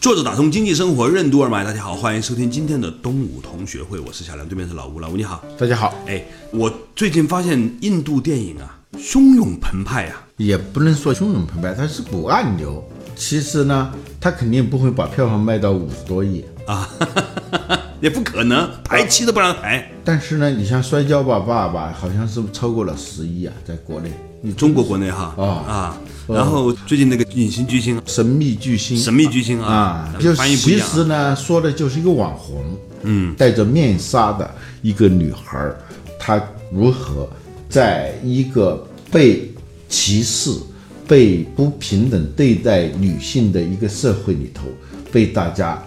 作者打通经济生活任督二脉，大家好，欢迎收听今天的东吴同学会，我是小梁，对面是老吴，老吴你好，大家好，哎，我最近发现印度电影啊，汹涌澎湃啊，也不能说汹涌澎湃，它是股暗流。其实呢，它肯定不会把票房卖到五十多亿，啊，哈哈哈哈也不可能，排期都不让排，但是呢，你像《摔跤吧，爸爸》好像是超过了十亿啊，在国内。你中国国内哈啊啊，然后最近那个隐形巨星神秘巨星，神秘巨星啊啊，就翻译不一其样啊实呢，说的就是一个网红，嗯，戴着面纱的一个女孩儿，她如何在一个被歧视、被不平等对待女性的一个社会里头，被大家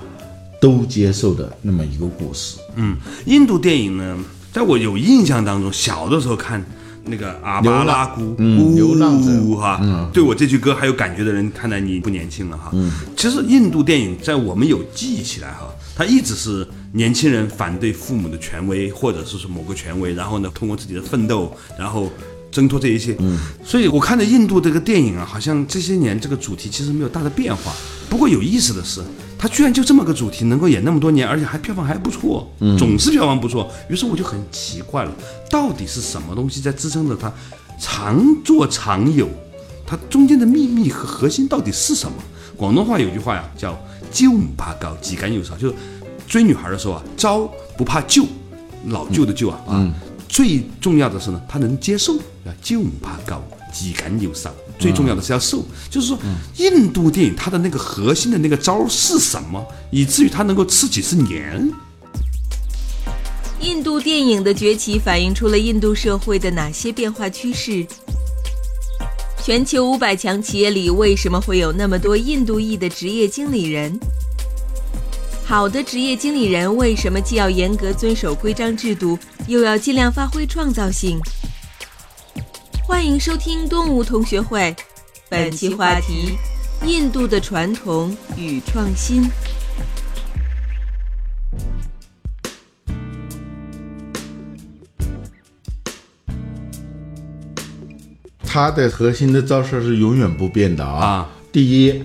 都接受的那么一个故事。嗯，印度电影呢，在我有印象当中，小的时候看那个阿巴拉姑，嗯流浪者嗯呜哈，对我这句歌还有感觉的人，看来你不年轻了哈。其实印度电影在我们有记忆起来哈，它一直是年轻人反对父母的权威，或者是说某个权威，然后呢，通过自己的奋斗，然后。挣脱这一切，所以我看着印度这个电影啊，好像这些年这个主题其实没有大的变化。不过有意思的是，它居然就这么个主题能够演那么多年，而且还票房还不错，总是票房不错。于是我就很奇怪了，到底是什么东西在支撑着它常做常有？它中间的秘密和核心到底是什么？广东话有句话呀，叫“揪唔怕高，几杆有少”，就是追女孩的时候啊，招不怕救，老旧的旧啊、啊。最重要的是呢，她能接受啊，揪唔怕高，几杆有少。最重要的是要瘦，就是说，印度电影它的那个核心的那个招是什么，以至于它能够吃几十年？印度电影的崛起反映出了印度社会的哪些变化趋势？全球五百强企业里为什么会有那么多印度裔的职业经理人？好的职业经理人为什么既要严格遵守规章制度，又要尽量发挥创造性？欢迎收听东吴同学会，本期话题：印度的传统与创新。它的核心的招式是永远不变的啊。啊第一，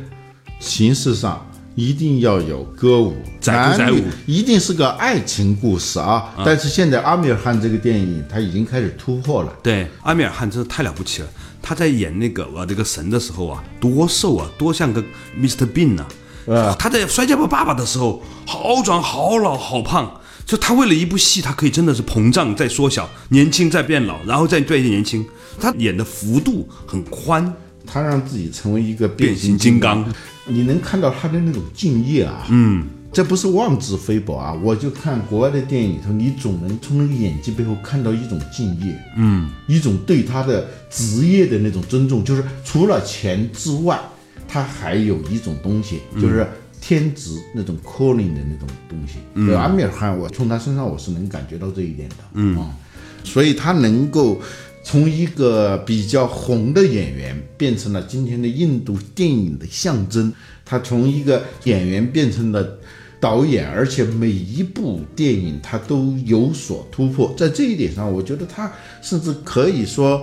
形式上一定要有歌舞，载歌载男女舞一定是个爱情故事啊。但是现在阿米尔汗这个电影，他已经开始突破了。对，阿米尔汗真的太了不起了。他在演那个呃我这个神的时候啊，多瘦啊，多像个 Mr. Bean 呐、啊。他在摔跤吧爸爸的时候，好壮、好老、好胖。就他为了一部戏，他可以真的是膨胀在缩小，年轻在变老，然后再变年轻。他演的幅度很宽，他让自己成为一个变形金刚。你能看到他的那种敬业啊，嗯，这不是妄自菲薄啊。我就看国外的电影里头，你总能从那个演技背后看到一种敬业，嗯，一种对他的职业的那种尊重，就是除了钱之外，他还有一种东西，就是。天职那种 calling 的那种东西，嗯、阿米尔汗，我从他身上我是能感觉到这一点的，嗯所以他能够从一个比较红的演员变成了今天的印度电影的象征，他从一个演员变成了导演，而且每一部电影他都有所突破，在这一点上，我觉得他甚至可以说，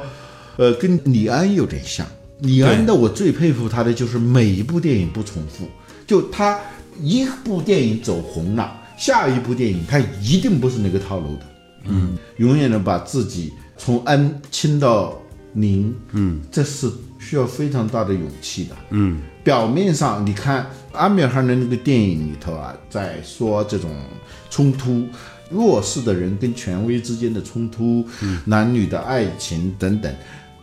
呃，跟李安有点像。李安的我最佩服他的就是每一部电影不重复，就他一部电影走红了，下一部电影他一定不是那个套路的。永远的把自己从 N 清到零，嗯，这是需要非常大的勇气的，嗯。表面上你看阿米尔汗的那个电影里头啊，在说这种冲突，弱势的人跟权威之间的冲突，男女的爱情等等。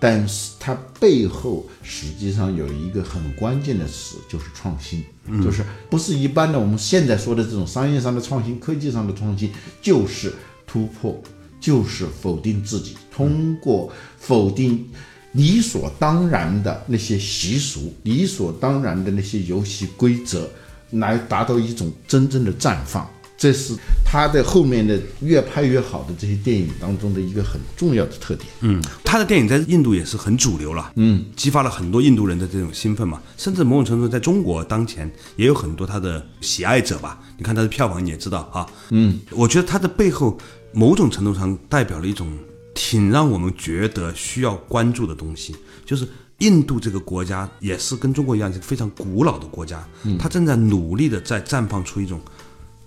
但是它背后实际上有一个很关键的词，就是创新，就是不是一般的我们现在说的这种商业上的创新、科技上的创新，就是突破，就是否定自己，通过否定理所当然的那些习俗、理所当然的那些游戏规则，来达到一种真正的绽放。这是他的后面的越拍越好的这些电影当中的一个很重要的特点。嗯，他的电影在印度也是很主流了，嗯，激发了很多印度人的这种兴奋嘛，甚至某种程度在中国当前也有很多他的喜爱者吧。你看他的票房你也知道啊，嗯，我觉得他的背后某种程度上代表了一种挺让我们觉得需要关注的东西，就是。印度这个国家也是跟中国一样是非常古老的国家，它正在努力的在绽放出一种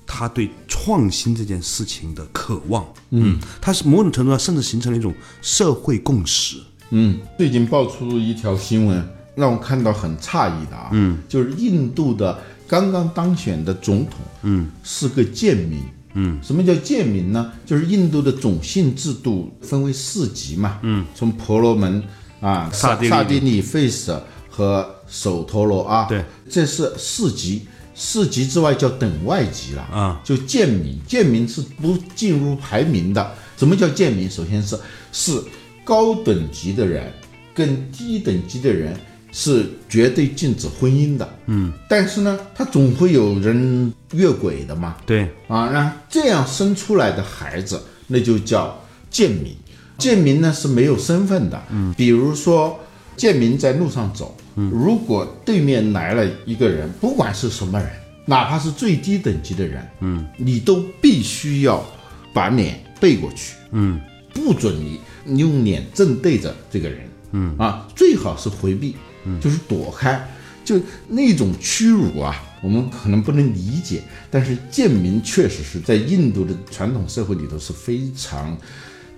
他对创新这件事情的渴望，嗯，它是某种程度上甚至形成了一种社会共识，嗯，最近爆出一条新闻，让我看到很诧异的啊，嗯，就是印度的刚刚当选的总统，嗯，是个贱民，嗯，什么叫贱民呢？就是印度的种姓制度分为四级嘛，嗯，从婆罗门啊、刹萨帝利萨帝利、费舍和首陀罗啊，对，这是四级。四级之外叫等外级了啊，就贱民，贱民是不进入排名的。什么叫贱民？首先是是高等级的人跟低等级的人是绝对禁止婚姻的，嗯，但是呢，他总会有人越轨的嘛，对，啊，那这样生出来的孩子，那就叫贱民。贱民呢是没有身份的，嗯，比如说贱民在路上走，嗯，如果对面来了一个人，不管是什么人，哪怕是最低等级的人，嗯，你都必须要把脸背过去，嗯，不准你用脸正对着这个人，嗯啊，最好是回避，嗯，就是躲开，就那种屈辱啊，我们可能不能理解，但是贱民确实是在印度的传统社会里头是非常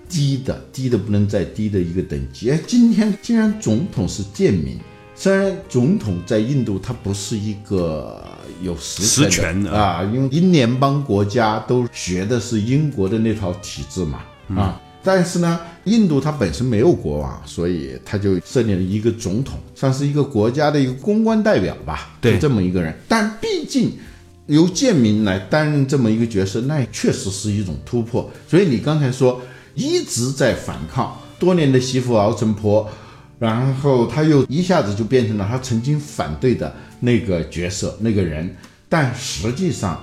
低的，低的不能再低的一个等级。哎，今天竟然总统是贱民，虽然总统在印度它不是一个有实实权的的啊，因为英联邦国家都学的是英国的那套体制嘛，啊。但是呢，印度它本身没有国王，所以它就设立了一个总统，算是一个国家的一个公关代表吧，对就这么一个人。但毕竟由贱民来担任这么一个角色，那也确实是一种突破。所以你刚才说一直在反抗，多年的媳妇熬成婆，然后他又一下子就变成了他曾经反对的那个角色那个人，但实际上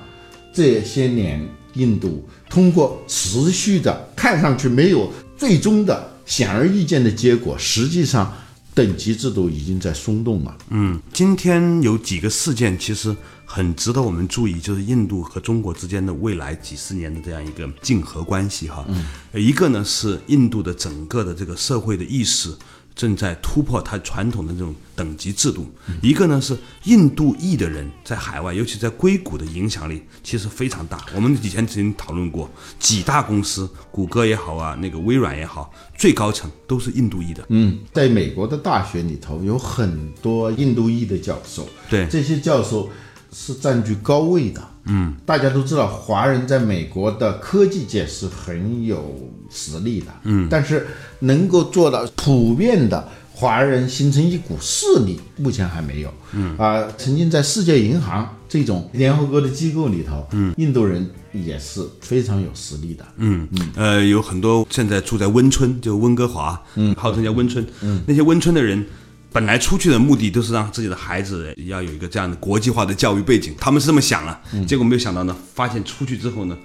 这些年印度通过持续的看上去没有最终的显而易见的结果，实际上等级制度已经在松动了。嗯，今天有几个事件其实很值得我们注意，就是印度和中国之间的未来几十年的这样一个竞合关系哈。嗯，一个呢是印度的整个的这个社会的意识正在突破它传统的这种等级制度，一个呢是印度裔的人在海外，尤其在硅谷的影响力其实非常大。我们以前曾经讨论过，几大公司，谷歌也好啊，那个微软也好，最高层都是印度裔的。嗯，在美国的大学里头有很多印度裔的教授，对这些教授是占据高位的。嗯，大家都知道，华人在美国的科技界是很有实力的。嗯，但是能够做到普遍的华人形成一股势力，目前还没有。嗯啊、曾经在世界银行这种联合国的机构里头，嗯，印度人也是非常有实力的。嗯，呃，有很多现在住在温村，就温哥华，嗯，号称叫温村，嗯，那些温村的人。本来出去的目的都是让自己的孩子要有一个这样的国际化的教育背景，他们是这么想了、结果没有想到呢，发现出去之后呢，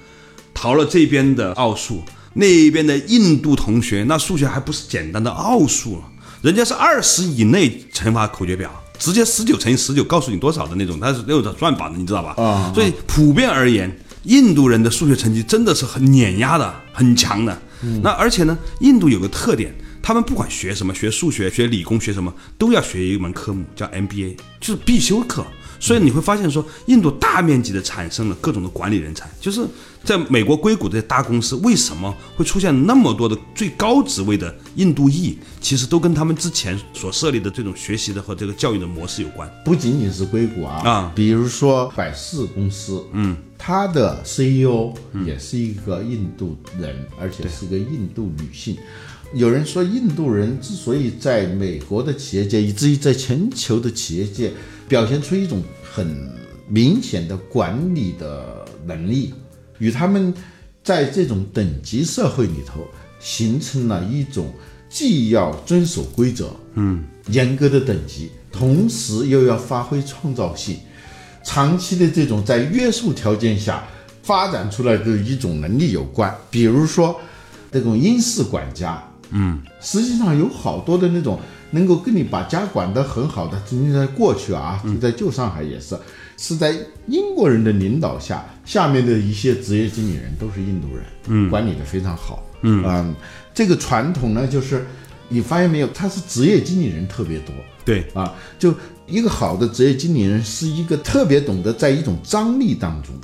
逃了这边的奥数，那边的印度同学，那数学还不是简单的奥数了，啊人家是二十以内乘法口诀表，直接十九乘以十九告诉你多少的那种，它是那种算法的，你知道吧？啊，所以普遍而言，印度人的数学成绩真的是很碾压的，很强的。那而且呢，印度有个特点。他们不管学什么，学数学、学理工、学什么，都要学一门科目叫 MBA，就是必修课。所以你会发现说，印度大面积的产生了各种的管理人才，就是在美国硅谷这些大公司，为什么会出现那么多的最高职位的印度裔？其实都跟他们之前所设立的这种学习的和这个教育的模式有关。不仅仅是硅谷啊，啊比如说百事公司，嗯，它的 CEO 也是一个印度人，而且是个印度女性。有人说，印度人之所以在美国的企业界，以至于在全球的企业界，表现出一种很明显的管理的能力，与他们在这种等级社会里头形成了一种既要遵守规则，严格的等级，同时又要发挥创造性。长期的这种在约束条件下发展出来的一种能力有关。比如说，这种英式管家，嗯，实际上有好多的那种能够跟你把家管得很好的，你在过去啊，就在旧上海也是，是在英国人的领导下，下面的一些职业经理人都是印度人，嗯，管理得非常好，嗯这个传统呢，就是你发现没有，他是职业经理人特别多，对，啊，就一个好的职业经理人是一个特别懂得在一种张力当中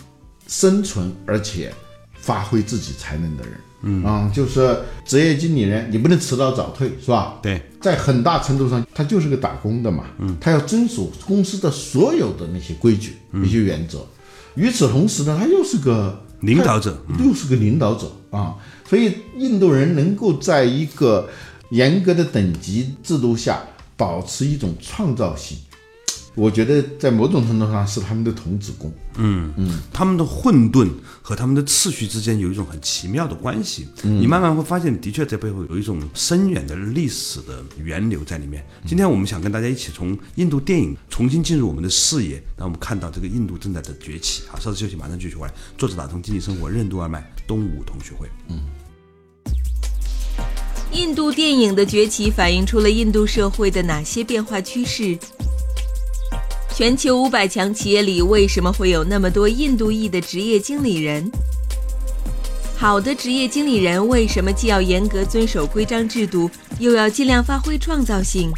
生存，而且发挥自己才能的人。嗯就是职业经理人，你不能迟到早退，是吧？对，在很大程度上，他就是个打工的嘛。嗯，他要遵守公司的所有的那些规矩、一些原则。与此同时呢，他又是个领导者，他又是个领导者啊。所以印度人能够在一个严格的等级制度下保持一种创造性，我觉得在某种程度上是他们的童子功。他们的混沌和他们的次序之间有一种很奇妙的关系。你慢慢会发现，的确在背后有一种深远的历史的源流在里面。今天我们想跟大家一起从印度电影重新进入我们的视野，让我们看到这个印度正在的崛起。好，稍事休息，马上继续回来。作者打通经济生活任督二脉，东吴同学会。印度电影的崛起反映出了印度社会的哪些变化趋势？全球五百强企业里为什么会有那么多印度裔的职业经理人？好的职业经理人为什么既要严格遵守规章制度，又要尽量发挥创造性？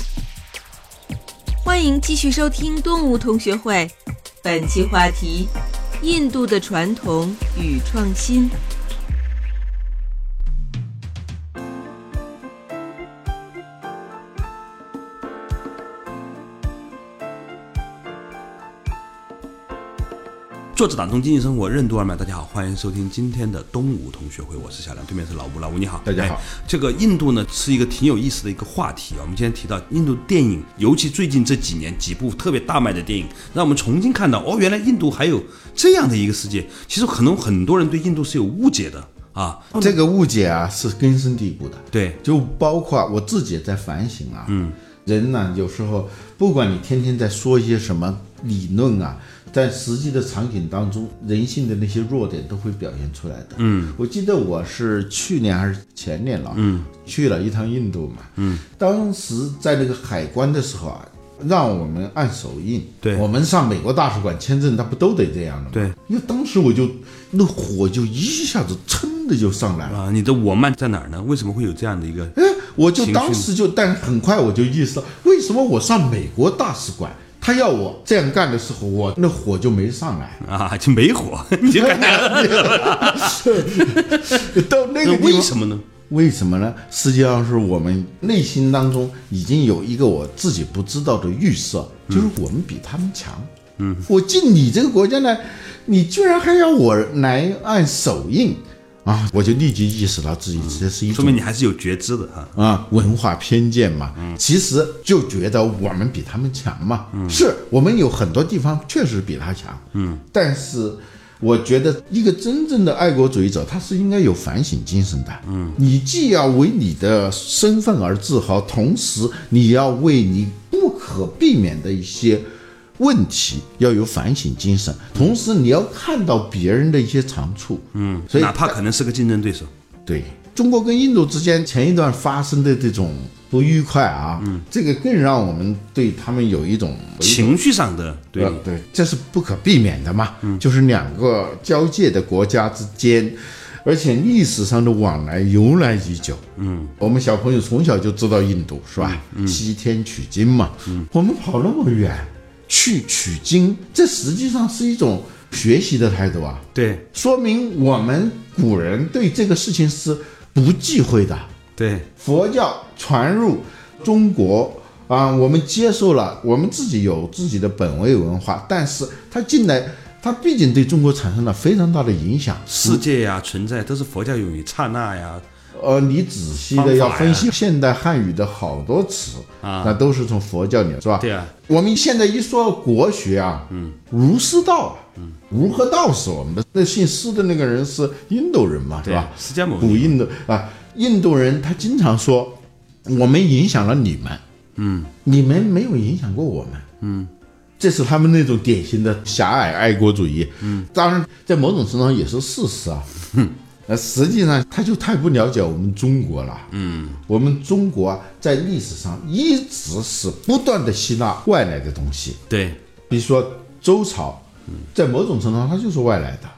欢迎继续收听东吴同学会，本期话题：印度的传统与创新。作者打通经济生活任督二脉，大家好，欢迎收听今天的东吴同学会，我是小梁，对面是老吴，老吴你好，大家好哎这个印度呢是一个挺有意思的一个话题啊，我们今天提到印度电影，尤其最近这几年几部特别大卖的电影，让我们重新看到哦，原来印度还有这样的一个世界。其实可能很多人对印度是有误解的啊，这个误解啊是根深蒂固的。对就包括我自己也在反省啊，嗯，人呢、有时候不管你天天在说一些什么理论啊，在实际的场景当中，人性的那些弱点都会表现出来的。嗯，我记得我是去年还是前年了，嗯，去了一趟印度嘛，嗯，当时在那个海关的时候啊。让我们按手印，对我们上美国大使馆签证，他不都得这样的吗？对，因为当时我就那火就一下子噌的就上来了，啊，你的我慢在哪儿呢？为什么会有这样的一个？ 哎，我就情绪当时就，但很快我就意识到，为什么我上美国大使馆，他要我这样干的时候，我那火就没上来。啊，就没火， 你就感觉 到那个那地为方什么 呢？为什么呢？实际上是我们内心当中已经有一个我自己不知道的预设，就是嗯我们比他们强。嗯，我进你这个国家来，你居然还要我来按手印啊！我就立即意识到自己这是一说种明你还是有觉知的哈、啊文化偏见嘛，其实就觉得我们比他们强嘛，是我们有很多地方确实比他强，嗯，但是我觉得一个真正的爱国主义者，他是应该有反省精神的，嗯，你既要为你的身份而自豪，同时你要为你不可避免的一些。问题要有反省精神，同时你要看到别人的一些长处，嗯，所以哪怕可能是个竞争对手。对中国跟印度之间前一段发生的这种不愉快啊，嗯，这个更让我们对他们有一种情绪上的对呃立，对，这是不可避免的嘛，嗯，就是两个交界的国家之间。而且历史上的往来由来已久，嗯，我们小朋友从小就知道印度是吧？西天取经嘛，嗯，我们跑那么远去取经，这实际上是一种学习的态度啊，对说明我们古人对这个事情是不忌讳的。对，佛教传入中国啊，我们接受了，我们自己有自己的本位文化，但是它进来，它毕竟对中国产生了非常大的影响。世界呀、存在都是佛教用语，刹那呀，呃，你仔细的要分析现代汉语的好多词啊那都是从佛教里是吧？对啊，我们现在一说国学啊，嗯，儒释道，嗯，儒和道是我们的，那姓释的那个人是印度人嘛，是对吧？释迦牟尼古印度啊，印度人他经常说，我们影响了你们，嗯，你们没有影响过我们，嗯，这是他们那种典型的狭隘爱国主义。嗯，当然，在某种程度上也是事实啊。嗯呃，实际上他就太不了解我们中国了。嗯，我们中国啊在历史上一直是不断的吸纳外来的东西，对，比如说周朝，在某种程度上它就是外来的。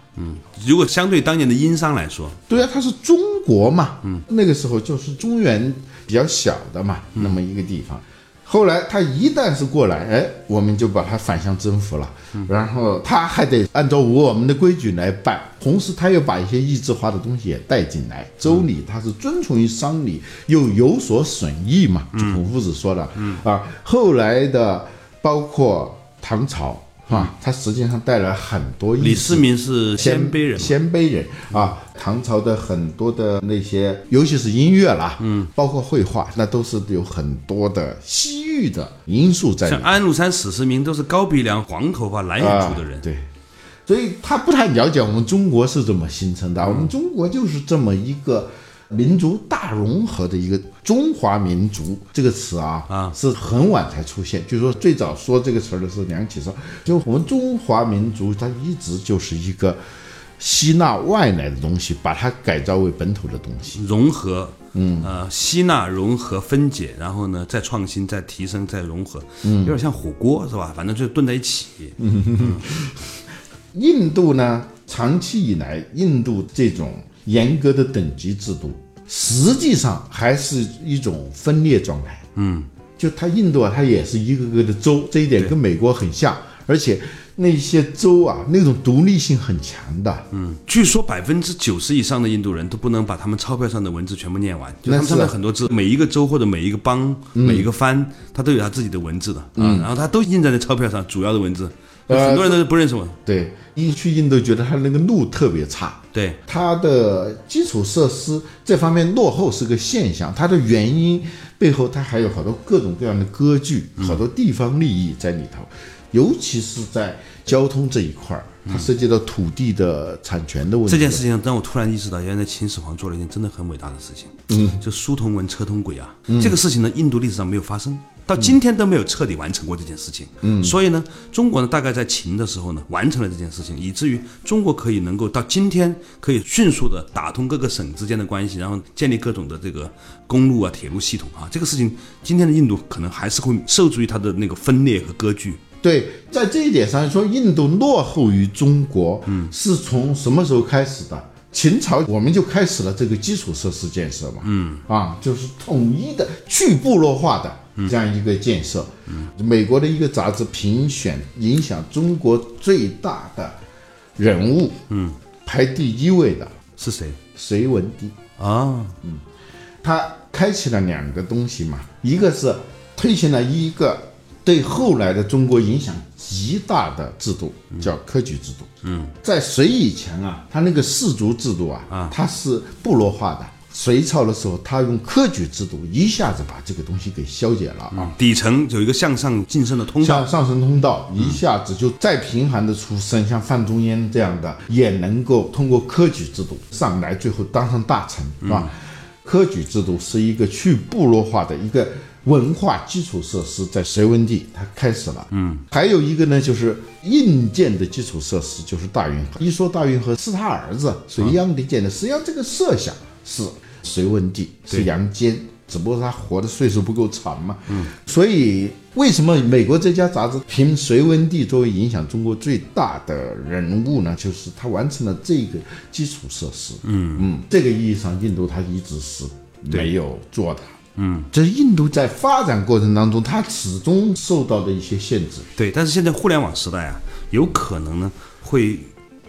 如果相对当年的殷商来说，对啊，它是中国嘛，嗯，那个时候就是中原比较小的嘛，那么一个地方。后来他一旦是过来，哎，我们就把他反向征服了，然后他还得按照我们的规矩来办，同时他又把一些异质化的东西也带进来。周礼它是遵从于商礼，又有所损益嘛，就孔夫子说的，啊，后来的包括唐朝。是吧？它实际上带来很多异李质世民是鲜卑人嘛，鲜卑人啊，唐朝的很多的那些，尤其是音乐啦，嗯，包括绘画，那都是有很多的西域的因素在里像面。安禄山、史思明都是高鼻梁、黄头发、蓝眼珠的人。啊对，所以他不太了解我们中国是怎么形成的。嗯我们中国就是这么一个民族大融合的一个中华民族这个词啊，啊是很晚才出现。据说最早说这个词儿的是梁启超，就我们中华民族，它一直就是一个吸纳外来的东西，把它改造为本土的东西。融合，啊嗯，呃，吸纳、融合、分解，然后呢，再创新、再提升、再融合，嗯，有点像火锅是吧？反正就炖在一起，印度呢，长期以来，印度这种严格的等级制度，实际上还是一种分裂状态。嗯，就它印度啊，它也是一个个的州，这一点跟美国很像，而且那些州啊，那种独立性很强的。嗯，嗯据说百分之九十以上的印度人都不能把他们钞票上的文字全部念完，就那他们上是面啊嗯很多字，每一个州或者每一个邦、每一个藩，它都有它自己的文字的啊，然后它都印在那钞票上，主要的文字，呃很多人都是不认识我。对，一去印度觉得它那个路特别差。对，它的基础设施这方面落后是个现象，它的原因背后它还有好多各种各样的割据，好多地方利益在里头，尤其是在交通这一块儿，它涉及到土地的产权的问题。这件事情让我突然意识到，原来秦始皇做了一件真的很伟大的事情，嗯，就书同文，车同轨啊。这个事情呢，印度历史上没有发生，到今天都没有彻底完成过这件事情。嗯，所以呢，中国呢，大概在秦的时候呢，完成了这件事情，以至于中国可以能够到今天可以迅速的打通各个省之间的关系，然后建立各种的这个公路啊、铁路系统啊。这个事情，今天的印度可能还是会受制于它的那个分裂和割据。对，在这一点上说，印度落后于中国，嗯，是从什么时候开始的？秦朝我们就开始了这个基础设施建设嘛，嗯，啊，就是统一的去部落化的这样一个建设。嗯，美国的一个杂志评选影响中国最大的人物，嗯，排第一位的是谁隋文帝，嗯啊？他开启了两个东西嘛，一个是推行了一个对后来的中国影响极大的制度，叫科举制度。嗯，在隋以前啊，他那个氏族制度啊，啊，它是部落化的。隋朝的时候，他用科举制度一下子把这个东西给消解了啊，底层有一个向上晋升的通道。嗯像上升通道一下子就再贫寒的出身，像范仲淹这样的，也能够通过科举制度上来，最后当上大臣，嗯是吧？科举制度是一个去部落化的一个文化基础设施，在隋文帝他开始了。嗯，还有一个呢，就是硬件的基础设施，就是大运河。一说大运河是他儿子嗯隋炀帝建的，实际上这个设想是隋文帝是杨坚，只不过他活的岁数不够长嘛。嗯，所以为什么美国这家杂志评隋文帝作为影响中国最大的人物呢？就是他完成了这个基础设施。嗯嗯，这个意义上，印度它一直是没有做的。嗯，这是印度在发展过程当中，它始终受到的一些限制。对，但是现在互联网时代啊，有可能呢会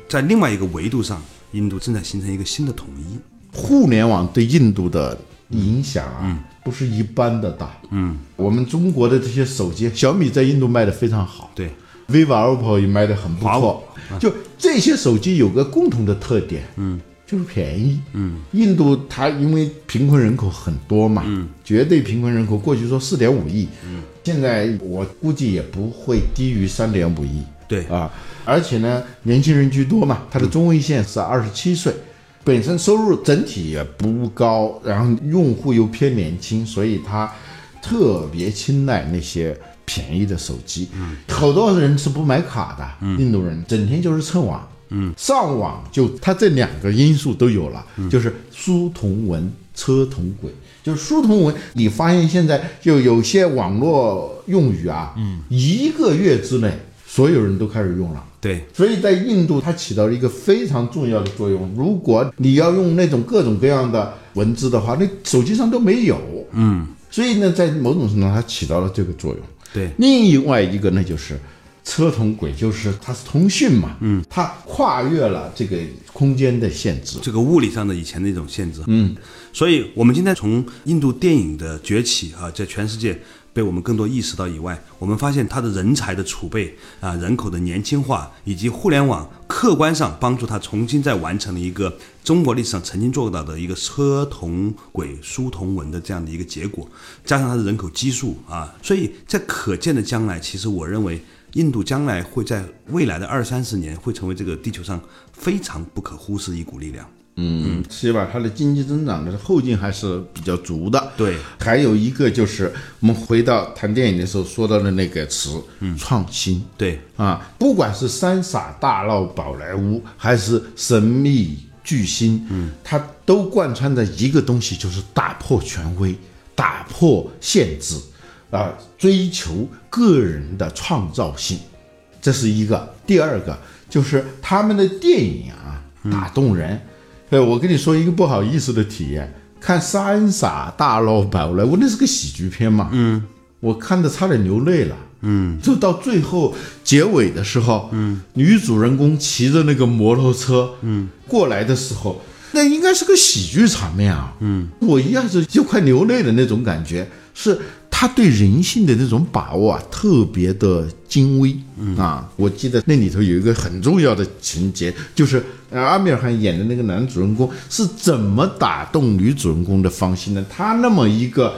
在另外一个维度上，印度正在形成一个新的统一。互联网对印度的影响啊，不是一般的大。嗯，我们中国的这些手机，小米在印度卖的非常好，对， ，vivo、OPPO 也卖的很不华为错。就这些手机有个共同的特点，嗯，就是便宜。嗯，印度它因为贫困人口很多嘛，嗯，绝对贫困人口过去说四点五亿，嗯，现在我估计也不会低于三点五亿。对啊，而且呢，年轻人居多嘛，他的中位线是二十七岁，本身收入整体也不高，然后用户又偏年轻，所以他特别青睐那些便宜的手机，嗯，好多人是不买卡的，印度人整天就是蹭网，嗯，上网就他这两个因素都有了，就是书同文，车同轨，就是书同文，你发现现在就有些网络用语啊，嗯，一个月之内所有人都开始用了。对，所以在印度，它起到了一个非常重要的作用。如果你要用那种各种各样的文字的话，那手机上都没有。嗯，所以呢，在某种程度上，它起到了这个作用。对另外一个呢，就是车同轨，就是它是通讯嘛，嗯，它跨越了这个空间的限制。这个物理上的以前的一种限制。嗯，所以我们今天从印度电影的崛起啊，在全世界被我们更多意识到以外，我们发现它的人才的储备啊、人口的年轻化以及互联网，客观上帮助它重新再完成了一个中国历史上曾经做到的一个车同轨、书同文的这样的一个结果，加上它的人口基数啊，所以在可见的将来，其实我认为。印度将来会在未来的二三十年会成为这个地球上非常不可忽视的一股力量。嗯，起码它的经济增长的后劲还是比较足的。对还有一个就是我们回到谈电影的时候说到的那个词，嗯，创新。对，啊，不管是三傻大闹宝莱坞，还是神秘巨星，嗯，它都贯穿着一个东西，就是打破权威，打破限制，啊，追求个人的创造性，这是一个。第二个就是他们的电影啊，打动人。呃，我跟你说一个不好意思的体验，看《三傻大闹宝莱坞》，那是个喜剧片嘛，嗯，我看的差点流泪了。嗯，就到最后结尾的时候，嗯，女主人公骑着那个摩托车，嗯，过来的时候，那应该是个喜剧场面啊，嗯，我一下子就快流泪的那种感觉，是他对人性的那种把握啊，特别的精微、啊。我记得那里头有一个很重要的情节，就是呃阿米尔汗演的那个男主人公是怎么打动女主人公的芳心的？他那么一个。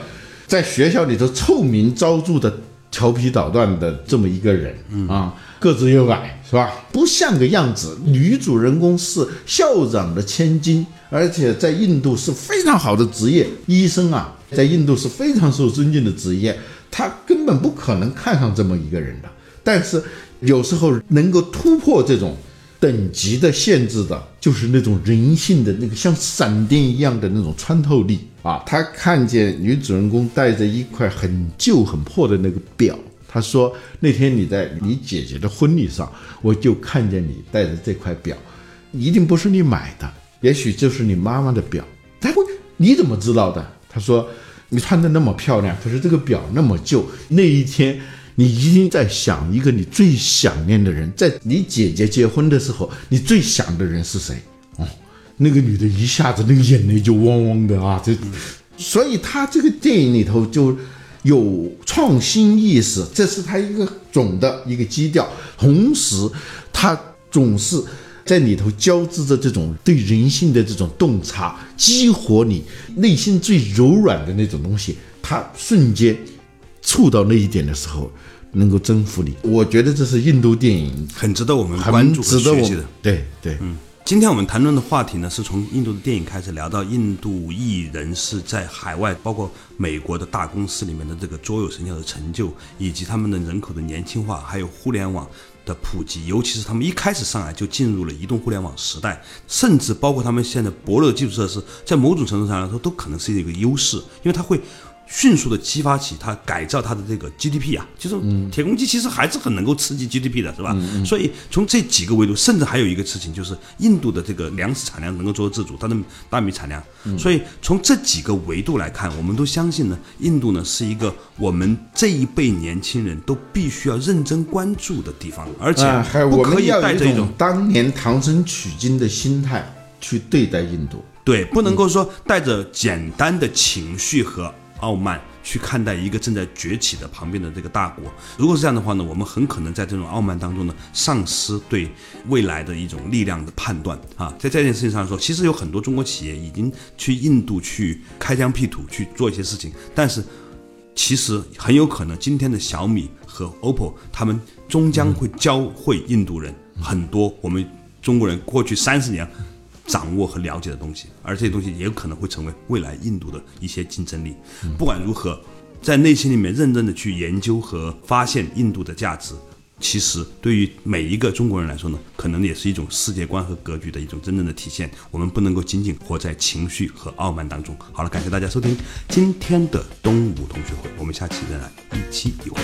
在学校里头臭名昭著的调皮捣蛋的这么一个人、啊，个子又矮是吧？不像个样子。女主人公是校长的千金，而且在印度是非常好的职业，医生啊，在印度是非常受尊敬的职业。她根本不可能看上这么一个人的，但是有时候能够突破这种等级的限制的，就是那种人性的那个像闪电一样的那种穿透力啊！他看见女主人公戴着一块很旧很破的那个表，他说：“那天你在你姐姐的婚礼上，我就看见你戴着这块表，一定不是你买的，也许就是你妈妈的表。”他问：“你怎么知道的？”他说：“你穿的那么漂亮，可是这个表那么旧。那一天，你一定在想一个你最想念的人，在你姐姐结婚的时候，你最想的人是谁？”哦，那个女的一下子那个眼泪就汪汪的啊，这，所以她这个电影里头就有创新意识，这是她一个总的一个基调，同时她总是。在里头交织着这种对人性的这种洞察，激活你内心最柔软的那种东西，它瞬间触到那一点的时候，能够征服你。我觉得这是印度电影很值得我们关很注和值得学我习们的。对对，今天我们谈论的话题呢，是从印度的电影开始聊到印度裔人士在海外，包括美国的大公司里面的这个卓有成效的成就，以及他们的人口的年轻化，还有互联网的普及，尤其是他们一开始上来就进入了移动互联网时代，甚至包括他们现在薄弱的基础设施，在某种程度上来说都可能是一个优势，因为它会。迅速的激发起它改造它的这个 GDP 啊，就是铁公鸡其实还是很能够刺激 GDP 的，是吧？嗯所以从这几个维度，甚至还有一个事情就是印度的这个粮食产量能够做自主，它的大米产量。嗯所以从这几个维度来看，我们都相信呢，印度呢是一个我们这一辈年轻人都必须要认真关注的地方，而且啊，还有不我可们以要带有着一一种种当年唐僧取经的心态去对待印度。对，不能够说带着简单的情绪和傲慢去看待一个正在崛起的旁边的这个大国。如果是这样的话呢，我们很可能在这种傲慢当中呢，丧失对未来的一种力量的判断啊。在这件事情上说，其实有很多中国企业已经去印度去开疆辟土去做一些事情，但是其实很有可能今天的小米和 OPPO，他们终将会教会印度人很多我们中国人过去三十年掌握和了解的东西，而这些东西也有可能会成为未来印度的一些竞争力。不管如何，在内心里面认真的去研究和发现印度的价值。其实，对于每一个中国人来说呢，可能也是一种世界观和格局的一种真正的体现。我们不能够仅仅活在情绪和傲慢当中。好了，感谢大家收听今天的东吴同学会，我们下期仍然一期一会。